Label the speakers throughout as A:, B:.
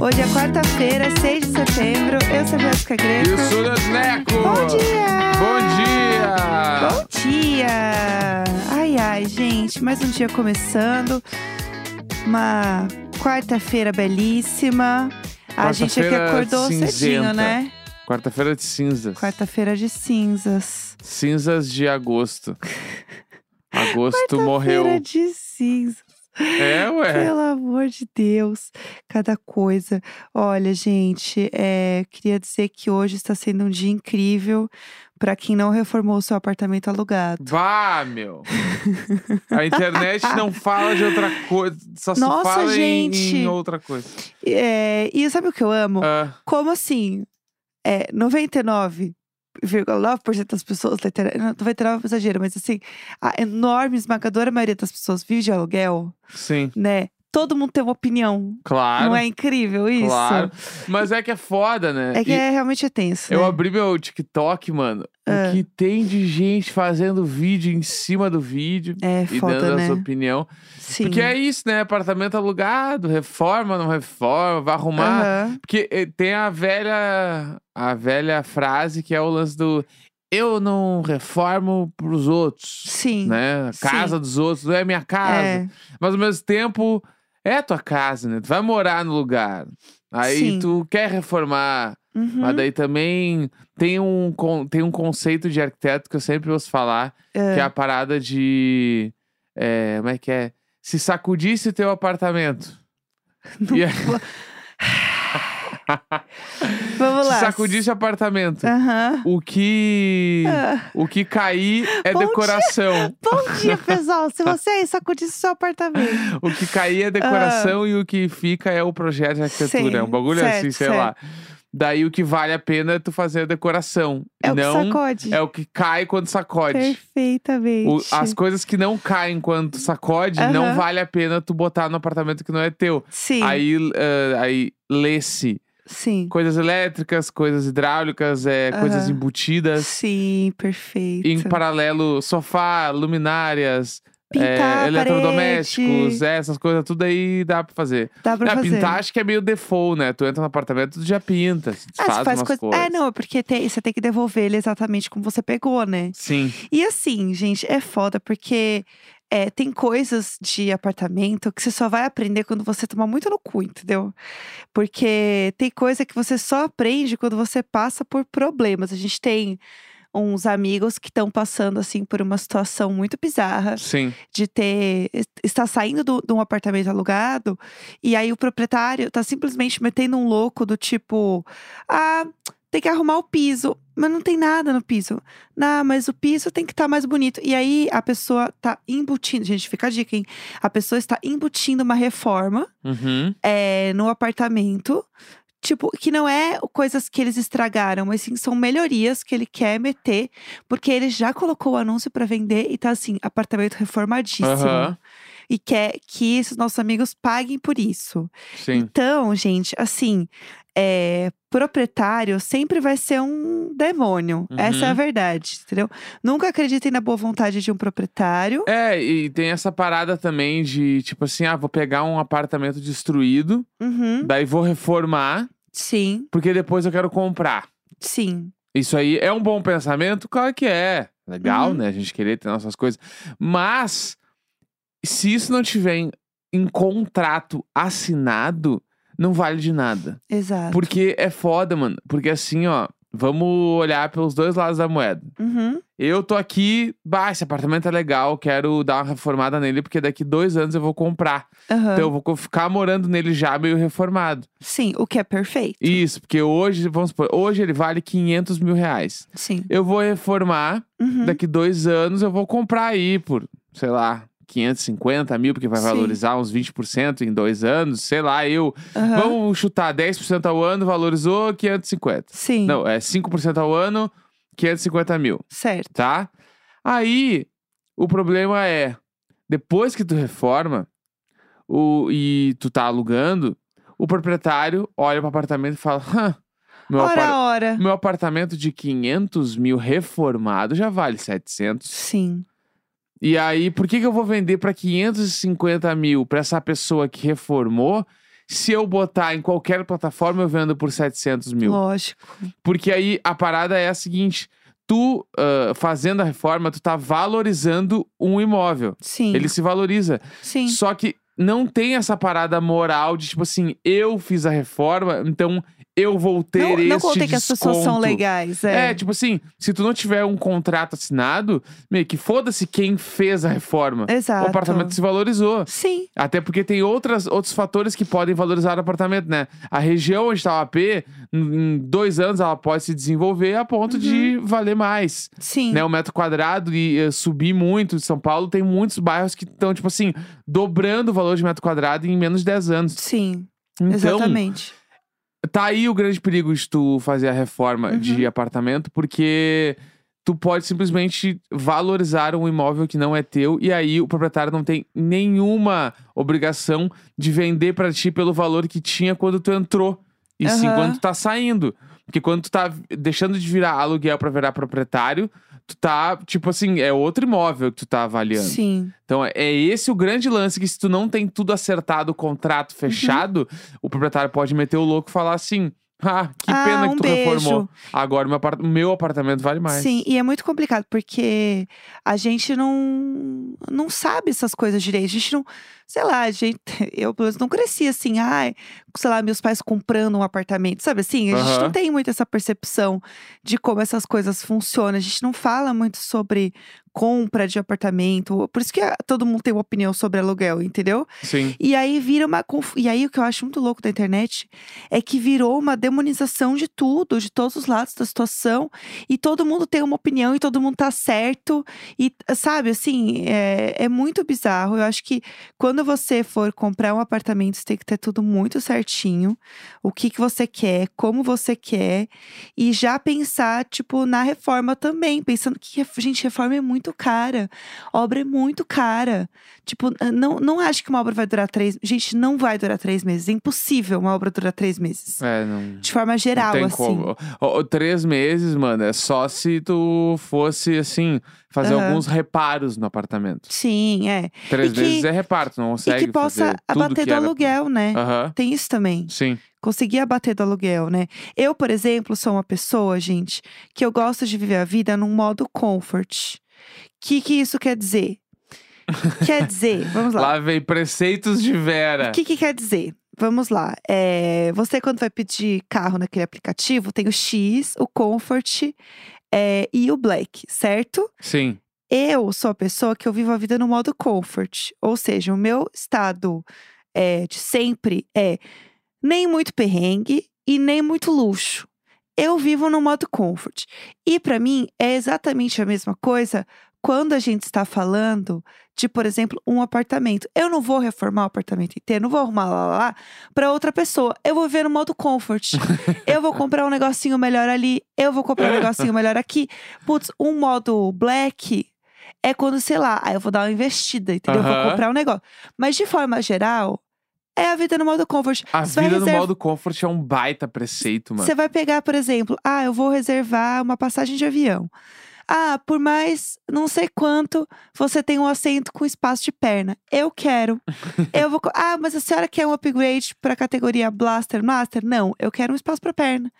A: Hoje é quarta-feira, 6 de setembro. Eu sou a Jéssica Greco.
B: E o Sudas Neco!
A: Bom dia! Bom
B: Bom dia!
A: dia! Ai, ai, gente, mais um dia começando. Uma quarta-feira belíssima. A gente aqui
B: Quarta-feira
A: acordou cedinho,
B: cinzenta.
A: né?
B: Quarta-feira de cinzas.
A: Quarta-feira de cinzas.
B: Cinzas de agosto. Agosto
A: Feira
B: morreu.
A: de cinzas.
B: É, ué.
A: Pelo amor de Deus, cada coisa. Olha, gente, é, queria dizer que hoje está sendo um dia incrível para quem não reformou o seu apartamento alugado.
B: Vá, meu! A internet não fala de outra coisa, só
A: Nossa,
B: se fala em-
A: gente.
B: em outra coisa.
A: É, e sabe o que eu amo?
B: Ah,
A: Como assim? É, 99,9% das pessoas da internet. não, 99 é exagero, mas assim, a enorme, esmagadora maioria das pessoas vive de aluguel,
B: sim,
A: né? Todo mundo tem uma opinião.
B: claro.
A: Não é incrível isso?
B: Claro. Mas é que é foda, né?
A: É que
B: E-
A: é, realmente é tenso.
B: Eu
A: né?
B: abri meu TikTok, mano. O que tem de gente fazendo vídeo em cima do vídeo
A: É
B: e
A: foda,
B: dando
A: né?
B: a sua opinião.
A: Sim.
B: Porque é isso, né? Apartamento alugado, reforma, não reforma, vai arrumar.
A: Aham.
B: Porque eh, tem a velha, a velha frase que é o lance do eu não reformo pros outros.
A: Sim.
B: Né? A
A: Sim.
B: casa dos outros não é minha casa.
A: É,
B: Mas ao mesmo tempo, é a tua casa, né? Tu vai morar no lugar. Aí
A: Sim.
B: tu quer reformar.
A: uhum,
B: Mas daí também tem um, con- tem um conceito de arquiteto que eu sempre ouço falar, que é a parada de. é, como é que é? Se sacudisse o teu apartamento.
A: não
B: e-
A: vou- Vamos lá.
B: Se sacudisse o apartamento.
A: Aham.
B: O que.
A: Ah.
B: O que cair é
A: Bom dia.
B: decoração.
A: Bom dia, pessoal. Se você aí sacudisse seu apartamento.
B: O que cair é decoração e o que fica é o projeto de arquitetura. É um
A: Ah. Sim,
B: bagulho
A: certo,
B: assim, sei
A: certo.
B: lá. Daí o que vale a pena é tu fazer a decoração. e
A: É o que
B: não
A: sacode.
B: é o que cai quando sacode.
A: Perfeitamente.
B: O- as coisas que não caem enquanto sacode, não
A: Aham.
B: vale a pena tu botar no apartamento que não é teu.
A: Sim.
B: Aí, eh, aí lê-se
A: Sim.
B: coisas elétricas, coisas hidráulicas, eh, coisas
A: Aham.
B: embutidas.
A: Sim, perfeito.
B: Em paralelo, sofá, luminárias, eh,
A: Pintar a
B: eletrodomésticos,
A: parede.
B: eh, essas coisas, tudo aí dá pra fazer.
A: Dá pra
B: Ah,
A: fazer.
B: pintar acho que é meio default, né? Tu entra no apartamento, tu já pinta,
A: Ah, você
B: faz,
A: faz
B: umas
A: coisa-
B: coisas.
A: É, não, é porque tem- você tem que devolver ele exatamente como você pegou, né?
B: Sim,
A: E assim, gente, é foda, porque é, tem coisas de apartamento que você só vai aprender quando você tomar muito no cu, entendeu? Porque tem coisa que você só aprende quando você passa por problemas. A gente tem uns amigos que estão passando, assim, por uma situação muito bizarra
B: sim.
A: de ter. está saindo do- de um apartamento alugado e aí o proprietário tá simplesmente metendo um louco do tipo: ah, tem que arrumar o piso. Mas não tem nada no piso. Não, mas o piso tem que estar mais bonito. E aí a pessoa tá embutindo. Gente, fica a dica, hein? A pessoa está embutindo uma reforma
B: Uhum.
A: é, no apartamento. Tipo, que não é coisas que eles estragaram, mas sim são melhorias que ele quer meter, porque ele já colocou o anúncio pra vender e tá assim, apartamento reformadíssimo.
B: Aham,
A: E quer que esses nossos amigos paguem por isso.
B: Sim.
A: Então, gente, assim, é, proprietário sempre vai ser um demônio. Essa é a
B: Uhum.
A: verdade, entendeu? Nunca acreditem na boa vontade de um proprietário.
B: É, e tem essa parada também de, tipo assim, ah, vou pegar um apartamento destruído,
A: Uhum.
B: daí vou reformar,
A: Sim,
B: porque depois eu quero comprar.
A: sim.
B: Isso aí é um bom pensamento? Claro que é. Legal,
A: Uhum.
B: né? A gente querer ter nossas coisas. Mas, se isso não tiver em, em contrato assinado, não vale de nada.
A: Exato.
B: Porque é foda, mano. Porque assim, ó, vamos olhar pelos dois lados da moeda.
A: Uhum.
B: Eu tô aqui, bah, esse apartamento é legal, quero dar uma reformada nele, porque daqui dois anos eu vou comprar.
A: aham.
B: Então eu vou co- ficar morando nele já meio reformado.
A: Sim, o que é perfeito.
B: Isso, porque hoje, vamos supor, hoje ele vale 500 mil reais.
A: Sim.
B: Eu vou reformar,
A: Uhum.
B: daqui dois anos eu vou comprar aí por, sei lá, 550 mil, porque vai
A: Sim.
B: valorizar uns 20% em dois anos, sei lá, eu.
A: Aham.
B: Vamos chutar 10% ao ano, valorizou 550.
A: Sim.
B: Não, é 5% ao ano, 550 mil.
A: Certo.
B: tá? Aí, o problema é, depois que tu reforma o, e tu tá alugando, o proprietário olha pro apartamento e fala, Hã, meu,
A: Ora,
B: apar-
A: ora.
B: meu apartamento de 500 mil reformado já vale 700.
A: Sim.
B: E aí, por que que eu vou vender pra 550 mil pra essa pessoa que reformou, Se eu botar em qualquer plataforma, eu vendo por 700 mil.
A: Lógico.
B: Porque aí a parada é a seguinte: tu ah, fazendo a reforma, tu tá valorizando um imóvel.
A: Sim.
B: Ele se valoriza.
A: Sim.
B: Só que não tem essa parada moral de tipo assim, eu fiz a reforma, então eu vou ter
A: Não,
B: este
A: não contei que as pessoas são
B: desconto.
A: legais. É.
B: É, tipo assim, se tu não tiver um contrato assinado, meio que foda-se quem fez a reforma.
A: Exato.
B: tipo, O apartamento se valorizou.
A: Sim.
B: Até porque tem outras, outros fatores que podem valorizar o apartamento, né? A região onde está o AP, em- em dois anos ela pode se desenvolver a ponto de valer mais.
A: Uhum. Sim.
B: Né, o metro quadrado e eh, subir muito de São Paulo, tem muitos bairros que estão, tipo assim, dobrando o valor de metro quadrado em menos de 10 anos.
A: Sim.
B: Então,
A: Exatamente.
B: tá aí o grande perigo de tu fazer a reforma
A: Uhum.
B: de apartamento, porque tu pode simplesmente valorizar um imóvel que não é teu e aí o proprietário não tem nenhuma obrigação de vender pra ti pelo valor que tinha quando tu entrou. E sim
A: Aham.
B: quando tu tá saindo. Porque quando tu tá deixando de virar aluguel pra virar proprietário, tu tá, tipo assim, é outro imóvel que tu tá avaliando.
A: Sim.
B: Então é- é esse o grande lance que se tu não tem tudo acertado, o
A: Uhum.
B: contrato fechado, o proprietário pode meter o louco e falar assim: "Ah, que
A: Ah,
B: pena
A: um
B: que tu
A: beijo.
B: reformou. Agora meu, apart- meu apartamento vale mais".
A: Sim, e é muito complicado, porque a gente não, não sabe essas coisas direito. A gente não, sei lá, a gente, eu pelo menos não cresci assim, ai, sei lá, meus pais comprando um apartamento, sabe assim? A gente não
B: Aham.
A: tem muito essa percepção de como essas coisas funcionam. A gente não fala muito sobre compra de apartamento, por isso que ah, todo mundo tem uma opinião sobre aluguel, entendeu?
B: Sim.
A: E aí vira uma. conf- E aí o que eu acho muito louco da internet é que virou uma demonização de tudo, de todos os lados da situação. E todo mundo tem uma opinião e todo mundo tá certo. E, sabe, assim, é, é muito bizarro. Eu acho que quando você for comprar um apartamento, você tem que ter tudo muito certinho. O que, que você quer, como você quer. E já pensar, tipo, na reforma também. Pensando que, ref- gente, reforma é muito cara. Obra é muito cara. Tipo, não, não acho que uma obra vai durar três. Gente, não vai durar três meses. É impossível uma obra durar três meses.
B: É, não.
A: De forma geral,
B: não tem
A: assim.
B: como. Ó, ó, três meses, mano, é só se tu fosse, assim, fazer
A: Aham.
B: alguns reparos no apartamento.
A: Sim, é.
B: Três
A: E que-
B: meses é reparo, tu não
A: E
B: consegue
A: que possa
B: fazer tudo
A: abater
B: que
A: do
B: era-
A: aluguel, né?
B: Aham,
A: Tem isso também.
B: sim.
A: Conseguir abater do aluguel, né? Eu, por exemplo, sou uma pessoa, gente, que eu gosto de viver a vida num modo comfort. Que que isso quer dizer? quer dizer, vamos lá.
B: Lá vem preceitos de Vera.
A: O que, que quer dizer? Vamos lá. É, você, quando vai pedir carro naquele aplicativo, tem o X, o Comfort é, e o Black, certo?
B: Sim,
A: Eu sou a pessoa que eu vivo a vida no modo comfort. Ou seja, o meu estado é, de sempre é nem muito perrengue e nem muito luxo. Eu vivo no modo comfort. E para mim é exatamente a mesma coisa quando a gente está falando de, por exemplo, um apartamento. Eu não vou reformar o apartamento inteiro, não vou arrumar lá, lá, lá para outra pessoa. Eu vou viver no modo comfort. eu vou comprar um negocinho melhor ali, eu vou comprar um negocinho melhor aqui. Putz, um modo black é quando, sei lá, aí eu vou dar uma investida, entendeu? Eu
B: Aham.
A: Vou comprar um negócio. Mas de forma geral, é a vida no modo comfort.
B: a
A: Você vai
B: vida no
A: reserv-
B: modo comfort é um baita preceito, mano.
A: Você vai pegar, por exemplo, ah, eu vou reservar uma passagem de avião. Ah, por mais não sei quanto, você tem um assento com espaço de perna. Eu quero. eu vou. co- Ah, mas a senhora quer um upgrade para categoria Blaster, Master? Não, eu quero um espaço para perna.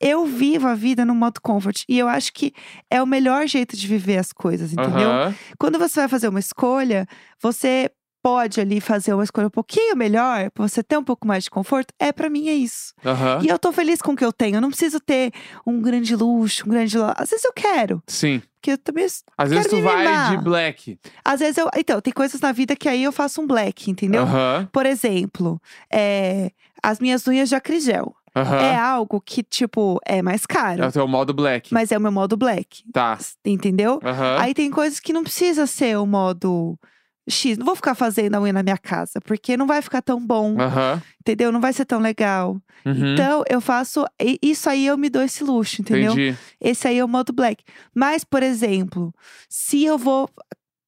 A: Eu vivo a vida no modo comfort e eu acho que é o melhor jeito de viver as coisas, entendeu?
B: Aham.
A: Quando você vai fazer uma escolha, você pode ali fazer uma escolha um pouquinho melhor, pra você ter um pouco mais de conforto. É, pra mim é isso.
B: Aham.
A: E eu tô feliz com o que eu tenho. Eu não preciso ter um grande luxo, um grande. lo- Às vezes eu quero,
B: Sim.
A: porque eu também.
B: Às vezes
A: Quero
B: tu
A: me
B: vai
A: mimar.
B: de black.
A: Às vezes eu. Então, tem coisas na vida que aí eu faço um black, entendeu?
B: Aham.
A: Por exemplo, é, as minhas unhas de acrigel. É
B: Aham.
A: algo que, tipo, é mais caro,
B: É o teu modo black.
A: mas é o meu modo black.
B: Tá.
A: Entendeu?
B: Aham.
A: Aí tem coisas que não precisa ser o modo X. Não vou ficar fazendo a unha na minha casa, porque não vai ficar tão bom,
B: Aham.
A: entendeu? Não vai ser tão legal.
B: Uhum.
A: Então, eu faço. e- Isso aí eu me dou esse luxo, entendeu?
B: Entendi.
A: Esse aí é o modo black. Mas, por exemplo, se eu vou.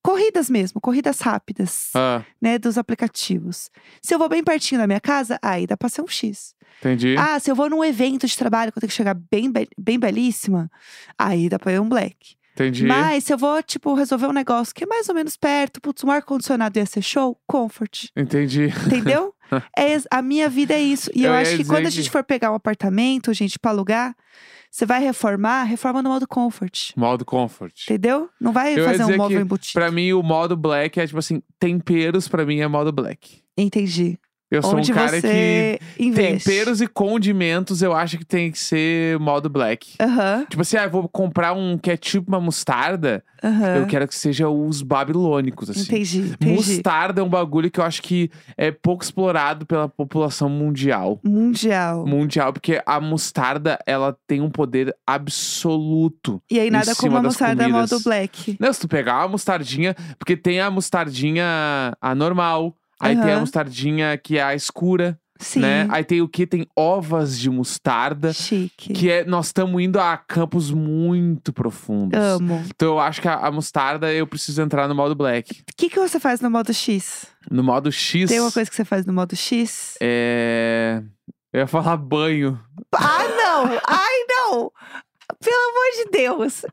A: Corridas mesmo, corridas rápidas,
B: Ah,
A: né? Dos aplicativos. Se eu vou bem pertinho da minha casa, aí dá pra ser um X.
B: entendi.
A: Ah, se eu vou num evento de trabalho que eu tenho que chegar bem, be- bem belíssima, aí dá pra ir um black.
B: Entendi.
A: Mas se eu vou, tipo, resolver um negócio que é mais ou menos perto, putz, um ar-condicionado ia ser show, comfort.
B: Entendi.
A: Entendeu? é, ex- a minha vida é isso. E eu,
B: Eu ia
A: acho que
B: dizer
A: quando a
B: que-
A: gente for pegar um apartamento, gente, pra alugar, você vai reformar, reforma no modo comfort.
B: Modo comfort.
A: Entendeu? Não vai
B: Eu ia
A: fazer um
B: dizer
A: móvel
B: que
A: embutido.
B: Pra mim, o modo black é tipo assim, temperos pra mim é modo black.
A: Entendi.
B: Eu sou
A: Onde
B: um cara que
A: você investe.
B: temperos e condimentos eu acho que tem que ser modo black.
A: Aham,
B: Tipo assim, ah, eu vou comprar um ketchup, uma mostarda,
A: aham.
B: eu quero que seja os babilônicos, assim.
A: Entendi, entendi.
B: Mostarda é um bagulho que eu acho que é pouco explorado pela população mundial.
A: Mundial.
B: Mundial, porque a mostarda, ela tem um poder absoluto.
A: E aí
B: em
A: nada como
B: cima
A: a
B: das
A: moçada
B: comidas.
A: modo black.
B: Não, se tu pegar uma mostardinha, porque tem a mostardinha a normal, aí tem a
A: Aham.
B: mostardinha que é a escura,
A: Sim.
B: né? Aí tem o que? Tem ovas de mostarda,
A: Chique.
B: que é, nós estamos indo a campos muito profundos.
A: Amo.
B: Então eu acho que a, a mostarda eu preciso entrar no modo black.
A: O que, que você faz no modo X?
B: No modo X.
A: Tem uma coisa que você faz no modo X?
B: É. Eu ia falar banho.
A: Ah, não! Ai, não! Pelo amor de Deus!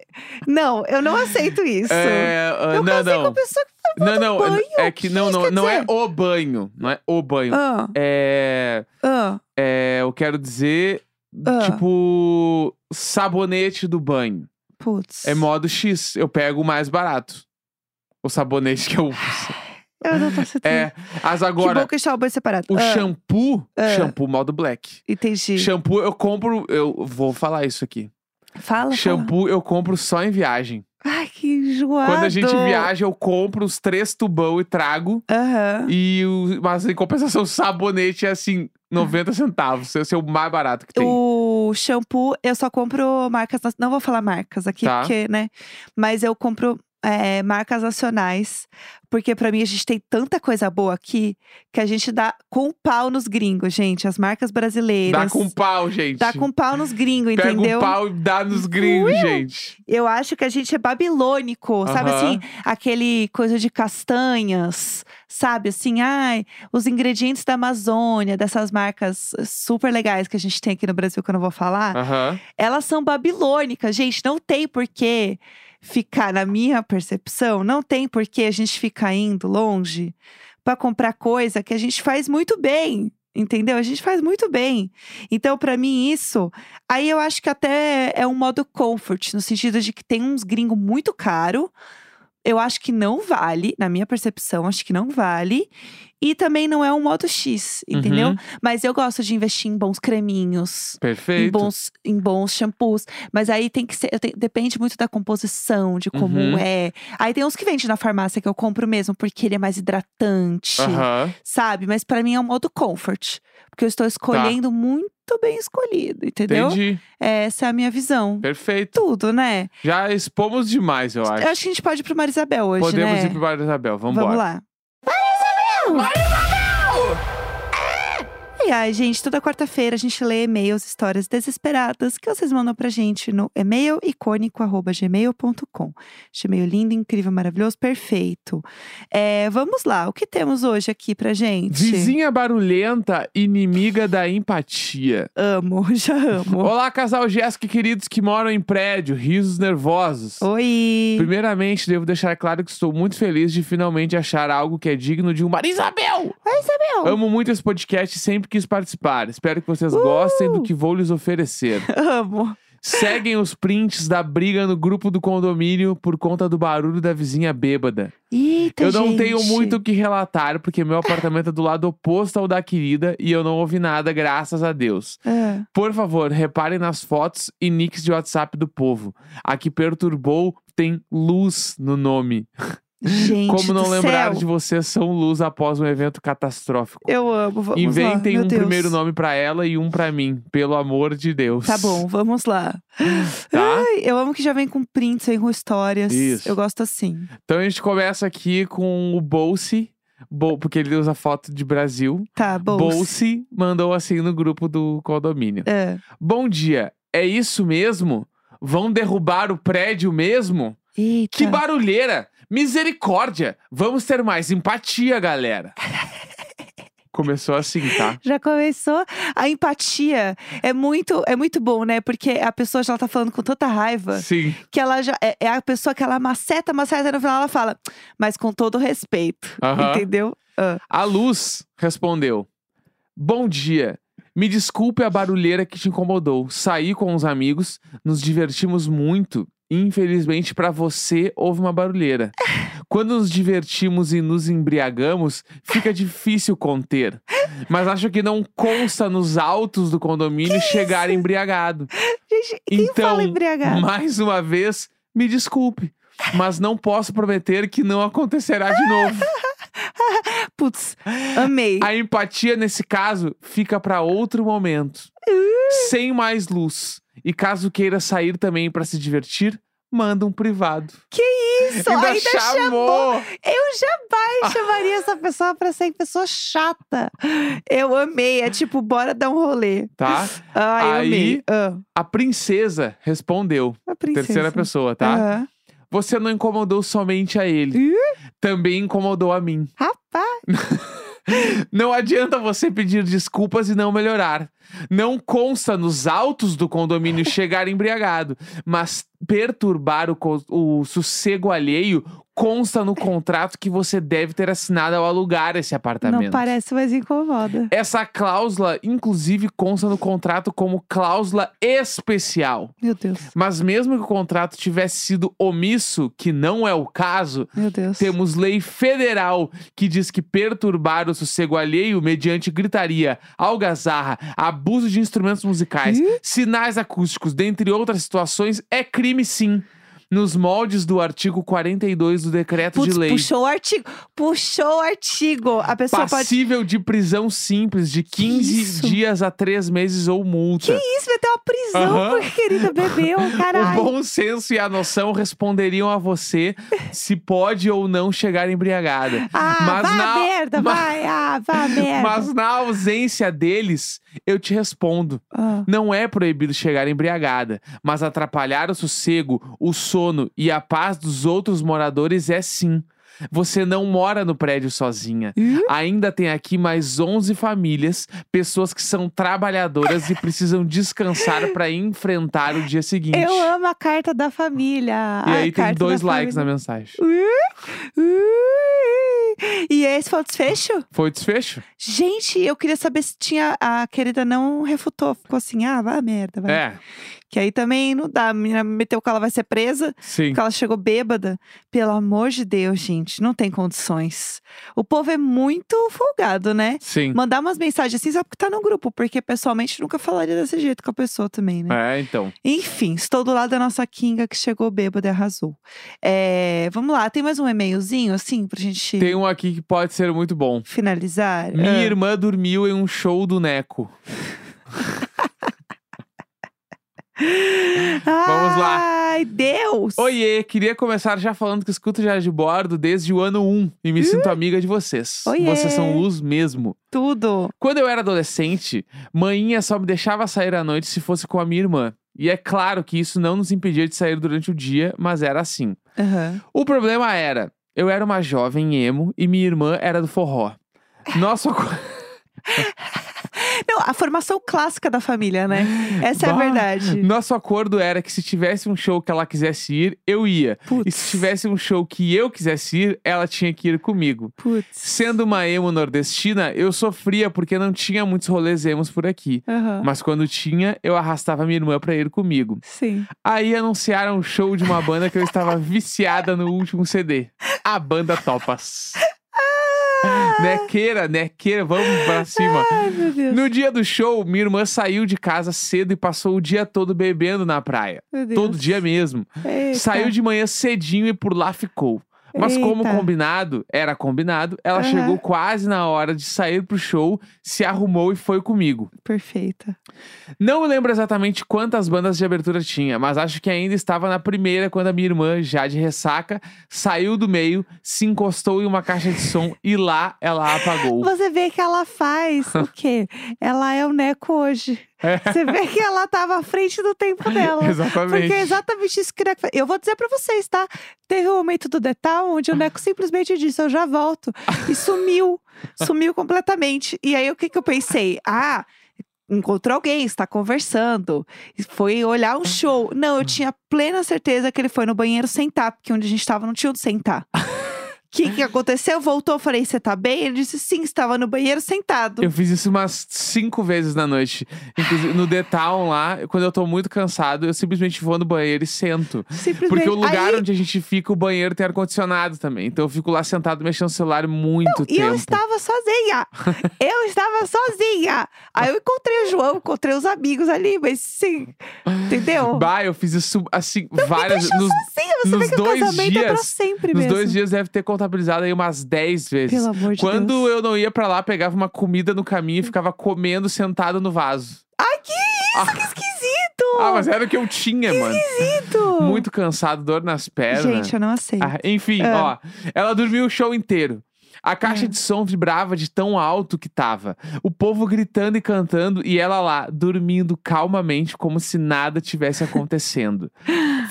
A: Não, eu não aceito isso.
B: É, ah,
A: eu
B: não,
A: casei com
B: não.
A: a pessoa que.
B: Não, não.
A: banho?
B: É que não,
A: isso
B: não,
A: quer
B: não é
A: dizer?
B: o banho. Não é o banho.
A: Ah,
B: É.
A: ah.
B: É, eu quero dizer,
A: Ah.
B: tipo, sabonete do banho.
A: Putz.
B: É modo X. Eu pego o mais barato. O sabonete que eu uso.
A: Eu não tô aceitando.
B: É.
A: que
B: As
A: bom
B: agora,
A: Ah. que está o banho separado.
B: o
A: ah,
B: shampoo,
A: Ah.
B: shampoo modo black.
A: Entendi.
B: Shampoo eu compro, eu vou falar isso aqui.
A: Fala, fala.
B: shampoo eu compro só em viagem.
A: Ai, que enjoado.
B: Quando a gente viaja, eu compro os três tubão e trago.
A: Aham.
B: E o, mas em compensação, o sabonete é assim, 90 centavos. Esse é o mais barato que tem.
A: O shampoo, eu só compro marcas. na- Não vou falar marcas aqui,
B: Tá.
A: porque, né? Mas eu compro é, marcas nacionais. Porque pra mim a gente tem tanta coisa boa aqui que a gente dá com pau nos gringos, gente. As marcas brasileiras.
B: Dá com pau, gente.
A: dá com pau nos gringos,
B: Pega um
A: entendeu?
B: o pau e dá nos gringos,
A: Ui!
B: gente.
A: Eu acho que a gente é babilônico, sabe
B: Aham.
A: assim? Aquele coisa de castanhas, sabe? Assim, ai, os ingredientes da Amazônia, dessas marcas eh, super legais que a gente tem aqui no Brasil, que eu não vou falar.
B: Aham.
A: Elas são babilônicas, gente. Não tem porquê ficar, na minha percepção, não tem porquê a gente ficar indo longe pra comprar coisa que a gente faz muito bem. Entendeu? A gente faz muito bem. Então, pra mim, isso. Aí eu acho que até é um modo comfort, no sentido de que tem uns gringos muito caro. Eu acho que não vale, na minha percepção, acho que não vale. E também não é um modo X, entendeu?
B: Uhum.
A: Mas eu gosto de investir em bons creminhos em
B: Perfeito.
A: bons, em bons shampoos. Mas aí tem que ser. eu tenho- depende muito da composição, de como
B: Uhum.
A: é. Aí tem uns que vende na farmácia que eu compro mesmo, porque ele é mais hidratante,
B: Aham.
A: sabe? Mas pra mim é um modo comfort. Porque eu estou escolhendo muito bem escolhido, entendeu?
B: Tá. Entendi.
A: Essa é a minha visão.
B: Perfeito.
A: Tudo, né?
B: Já expomos demais, eu acho.
A: Eu acho que a gente pode ir pro Marisabel hoje,
B: Podemos
A: né?
B: ir pro Bar da Isabel. Vambora.
A: Vamos lá. E aí, gente, toda quarta-feira a gente lê e-mails, histórias desesperadas que vocês mandam pra gente no e-mail icônico.gmail.com. Este e-mail lindo, incrível, maravilhoso, perfeito. É, vamos lá, o que temos hoje aqui pra gente?
B: Vizinha barulhenta, inimiga da empatia.
A: Amo, já amo.
B: Olá, casal Jéssica e queridos que moram em prédio, risos nervosos.
A: Oi!
B: Primeiramente, devo deixar claro que estou muito feliz de finalmente achar algo que é digno de um Marisabel!
A: Isabel!
B: Amo muito esse podcast e sempre quis participar. Espero que vocês gostem
A: Uh!
B: do que vou lhes oferecer.
A: Amo!
B: Seguem os prints da briga no grupo do condomínio por conta do barulho da vizinha bêbada.
A: Eita,
B: eu não tenho
A: gente.
B: muito o que relatar, porque meu apartamento é do lado oposto ao da querida e eu não ouvi nada, graças a Deus.
A: Ah,
B: Por favor, reparem nas fotos e nicks de WhatsApp do povo. A que perturbou tem luz no nome.
A: gente
B: Como não
A: do
B: lembrar
A: céu.
B: de vocês são luz após um evento catastrófico.
A: Eu amo, vamos lá.
B: Inventem
A: Meu
B: um
A: Deus.
B: primeiro nome pra ela e um pra mim, pelo amor de Deus.
A: Tá bom, vamos lá.
B: Tá?
A: Ai, eu amo que já vem com prints, vem com histórias.
B: Isso.
A: Eu gosto assim.
B: Então a gente começa aqui com o Bolse, Bo- porque ele usa foto de Brasil.
A: Tá, bolsa.
B: Bolse mandou assim no grupo do condomínio.
A: É.
B: Bom dia, é isso mesmo? Vão derrubar o prédio mesmo?
A: Eita.
B: Que barulheira! Misericórdia! Vamos ter mais empatia, galera. Começou assim, tá?
A: Já começou. A empatia é muito, é muito bom, né? Porque a pessoa já tá falando com tanta raiva
B: Sim.
A: que ela já. É, é a pessoa que ela maceta, maceta, e no final ela fala, mas com todo respeito.
B: Aham.
A: Entendeu? Ah.
B: A Luz respondeu: Bom dia. Me desculpe a barulheira que te incomodou. Saí com os amigos, nos divertimos muito. Infelizmente, pra você houve uma barulheira. Quando nos divertimos e nos embriagamos, fica difícil conter. Mas acho que não consta nos autos do condomínio chegar embriagado.
A: Gente, quem
B: Então,
A: fala embriagado?
B: Mais uma vez, me desculpe, mas não posso prometer que não acontecerá de novo.
A: Ah, Putz, amei.
B: A empatia, nesse caso, fica pra outro momento. Sem mais luz. E caso queira sair também pra se divertir, manda um privado.
A: Isso, ainda, Eu
B: Ah.
A: jamais chamaria essa pessoa pra ser pessoa chata. Eu amei. É tipo, bora dar um rolê.
B: Tá?
A: Ai, eu
B: Aí,
A: amei. Ah,
B: A princesa respondeu.
A: a princesa. Ah.
B: Terceira pessoa, tá?
A: Aham.
B: Você não incomodou somente a ele. Também incomodou a mim.
A: Rapaz,
B: Não adianta você pedir desculpas e não melhorar. Não consta nos autos do condomínio chegar embriagado, mas perturbar o, co- o sossego alheio consta no contrato que você deve ter assinado ao alugar esse apartamento.
A: não parece, mas incomoda.
B: Essa cláusula, inclusive, consta no contrato como cláusula especial.
A: Meu Deus,
B: Mas mesmo que o contrato tivesse sido omisso, que não é o caso,
A: meu Deus.
B: temos lei federal que diz que perturbar o sossego alheio mediante gritaria, algazarra, abuso de instrumentos musicais,
A: Ih.
B: sinais acústicos, dentre outras situações, é crime sim. Nos moldes do artigo 42 do decreto
A: Putz,
B: de lei.
A: puxou o artigo. Puxou o artigo. A pessoa pode.
B: Passível de prisão simples de 15
A: isso?
B: dias a 3 meses ou multa.
A: Isso, vai ter uma prisão
B: Aham.
A: porque querida bebeu,
B: O
A: caralho.
B: bom senso e a noção responderiam a você se pode ou não chegar embriagada.
A: Ah,
B: Mas
A: vá
B: na-
A: merda,
B: mas-
A: vai. Ah, vá merda.
B: Mas na ausência deles, eu te respondo.
A: Ah.
B: Não é proibido chegar embriagada, mas atrapalhar o sossego, o sono e a paz dos outros moradores é sim. Você não mora no prédio sozinha.
A: Ih.
B: Ainda tem aqui mais 11 famílias, pessoas que são trabalhadoras e precisam descansar para enfrentar o dia seguinte.
A: Eu amo a carta da família.
B: E
A: a
B: aí tem
A: carta
B: dois
A: da
B: likes né?
A: família.
B: na mensagem.
A: Ui! E esse foi o desfecho?
B: Foi o desfecho?
A: Gente, eu queria saber se tinha. A querida não refutou. Ficou assim, ah, vá merda, vai.
B: É,
A: Que aí também não dá. A menina meteu que ela vai ser presa,
B: sim.
A: porque ela chegou bêbada. Pelo amor de Deus, gente, não tem condições. O povo é muito folgado, né?
B: Sim.
A: Mandar umas mensagens assim só porque tá no grupo, porque pessoalmente nunca falaria desse jeito com a pessoa também, né?
B: É, então.
A: Enfim, estou do lado da nossa Kinga que chegou bêbada e arrasou. É, vamos lá, tem mais um e-mailzinho assim pra gente
B: Tem um aqui que pode ser muito bom.
A: finalizar?
B: Minha
A: Ah,
B: irmã dormiu em um show do Neco. vamos lá.
A: Ah, Ai, Deus!
B: Oiê, queria começar já falando que escuto Diário de Bordo desde o ano 1 e me sinto amiga de vocês.
A: Oiê.
B: Vocês são luz mesmo.
A: Tudo!
B: Quando eu era adolescente, manhinha só me deixava sair à noite se fosse com a minha irmã. E é claro que isso não nos impedia de sair durante o dia, mas era assim.
A: Aham.
B: O problema era, eu era uma jovem emo e minha irmã era do forró. Nossa,
A: Não, a formação clássica da família, né? Essa é a
B: Bah,
A: verdade.
B: Nosso acordo era que se tivesse um show que ela quisesse ir, eu ia. E
A: Putz.
B: se tivesse um show que eu quisesse ir, ela tinha que ir comigo.
A: Putz.
B: Sendo uma emo nordestina, eu sofria porque não tinha muitos rolês emos por aqui.
A: Aham.
B: Mas quando tinha, eu arrastava minha irmã pra ir comigo.
A: Sim.
B: Aí anunciaram o show de uma banda que eu estava viciada no último CD. A banda Topas. Né, Nequeira, nequeira, vamos pra cima.
A: Ah! Ai, meu Deus.
B: No dia do show, minha irmã saiu de casa cedo e passou o dia todo bebendo na praia.
A: Meu Deus.
B: Todo dia mesmo.
A: Eita.
B: Saiu de manhã cedinho e por lá ficou. Mas como
A: Eita.
B: combinado, era combinado, ela
A: Aham.
B: chegou quase na hora de sair pro show, se arrumou e foi comigo.
A: Perfeita.
B: Não me lembro exatamente quantas bandas de abertura tinha, mas acho que ainda estava na primeira quando a minha irmã, já de ressaca, saiu do meio, se encostou em uma caixa de som e lá ela apagou.
A: Você vê que ela faz o quê? Ela é o Neco hoje. Você vê que ela tava à frente do tempo dela.
B: Exatamente.
A: Porque é exatamente isso que o Neco fez. Eu vou dizer pra vocês, tá? Teve um momento do Detal
B: Ah.
A: onde o Neco simplesmente disse: Eu já volto. E sumiu. sumiu completamente. E aí o que, que eu pensei? Ah. Encontrou alguém, está conversando, foi olhar um show. Não,
B: Ah.
A: eu tinha plena certeza que ele foi no banheiro sentar, porque onde a gente tava não tinha onde sentar. O que, que aconteceu? Voltou, eu falei: Você tá bem? Ele disse: Sim, estava no banheiro sentado.
B: Eu fiz isso umas cinco vezes na noite. Inclusive, no Detal lá, quando eu tô muito cansado, eu simplesmente vou no banheiro e sento.
A: Simplesmente.
B: Porque o lugar
A: Aí-
B: onde a gente fica, o banheiro tem ar-condicionado também. Então eu fico lá sentado mexendo no celular muito
A: E
B: tempo.
A: eu estava sozinha. eu estava sozinha. Aí eu encontrei o João, encontrei os amigos ali, mas sim. Entendeu?
B: Bah, eu fiz isso assim, várias
A: Deixa eu
B: nos,
A: sozinha. Você
B: nos
A: vê que o
B: dois
A: casamento é pra
B: dias-
A: sempre
B: nos
A: mesmo.
B: dois dias deve ter contabilizado aí umas 10 vezes.
A: Pelo amor de
B: Quando
A: Deus.
B: eu não ia pra lá, pegava uma comida no caminho e ficava comendo sentado no vaso.
A: Isso que esquisito!
B: Ah, mas era o que eu tinha, mano.
A: esquisito!
B: Muito cansado, dor nas pernas.
A: Gente, eu não aceito.
B: Ah, enfim,
A: É.
B: ó. Ela dormiu o show inteiro. A caixa
A: É.
B: de som vibrava de tão alto que tava. O povo gritando e cantando e ela lá, dormindo calmamente, como se nada tivesse acontecendo.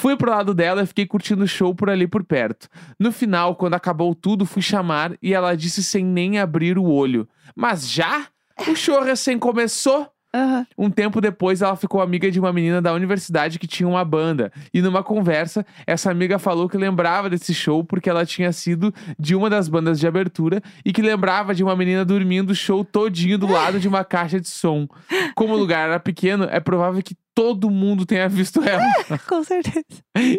B: fui pro lado dela e fiquei curtindo o show por ali por perto. No final, quando acabou tudo, fui chamar e ela disse sem nem abrir o olho: Mas já? O show recém começou?
A: Aham.
B: Um tempo depois, ela ficou amiga de uma menina da universidade que tinha uma banda. E numa conversa, essa amiga falou que lembrava desse show porque ela tinha sido de uma das bandas de abertura e que lembrava de uma menina dormindo o show todinho do lado de uma caixa de som. Como o lugar era pequeno, é provável que todo mundo tenha visto ela,
A: Com certeza.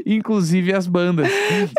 B: inclusive as bandas.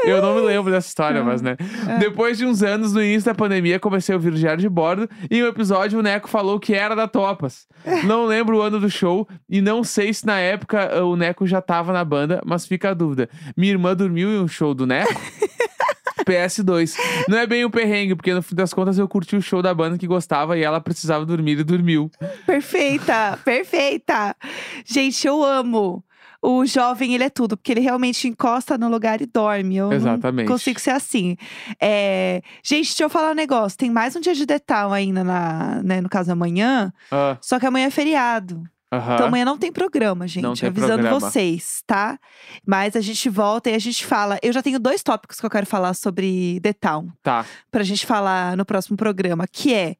B: Eu não me lembro dessa história, mas né.
A: É.
B: Depois de uns anos, no início da pandemia, comecei a ouvir o Diário de Bordo e em um episódio o Neco falou que era da Topas. Não lembro o ano do show e não sei se na época ah, o Neco já tava na banda, mas fica a dúvida. Minha irmã dormiu em um show do Neco? PS2. Não é bem um perrengue, porque no fim das contas eu curti o show da banda que gostava e ela precisava dormir e dormiu.
A: Perfeita, perfeita. Gente, eu amo. O jovem, ele é tudo, porque ele realmente encosta no lugar e dorme. Eu não
B: Exatamente.
A: consigo ser assim. É, Gente, deixa eu falar um negócio. Tem mais um dia de detal ainda, na, né, no caso amanhã.
B: Ah,
A: Só que amanhã é feriado.
B: aham.
A: Então amanhã não tem programa, gente.
B: Ah. Não tem
A: avisando
B: programa.
A: vocês, tá? Mas a gente volta e a gente fala. Eu já tenho dois tópicos que eu quero falar sobre The Town
B: Tá.
A: pra gente falar no próximo programa, que é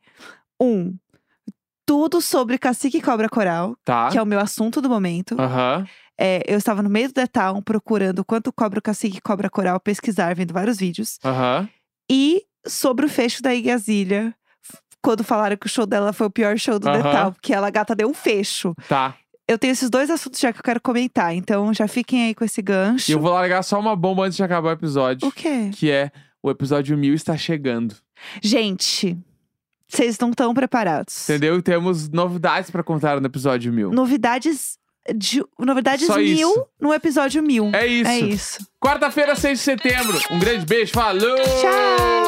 A: um tudo sobre Cacique e Cobra Coral,
B: Tá.
A: que é o meu assunto do momento.
B: Aham.
A: É, eu estava no meio do The Town procurando quanto cobra o Cacique e Cobra Coral, pesquisar, vendo vários vídeos.
B: Aham.
A: E sobre o fecho da Igazilha, quando falaram que o show dela foi o pior show do The
B: Aham.
A: Town, porque ela a gata deu um fecho.
B: Tá.
A: Eu tenho esses dois assuntos já que eu quero comentar, então já fiquem aí com esse gancho.
B: E eu vou largar só uma bomba antes de acabar o episódio.
A: O quê?
B: que é o episódio 1000 está chegando.
A: Gente, vocês não estão preparados.
B: Entendeu? E temos novidades pra contar no episódio 1000.
A: Novidades de novidades
B: Só
A: mil
B: isso.
A: no episódio mil.
B: É isso.
A: É isso.
B: Quarta-feira, 6 de setembro. Um grande beijo, falou!
A: Tchau!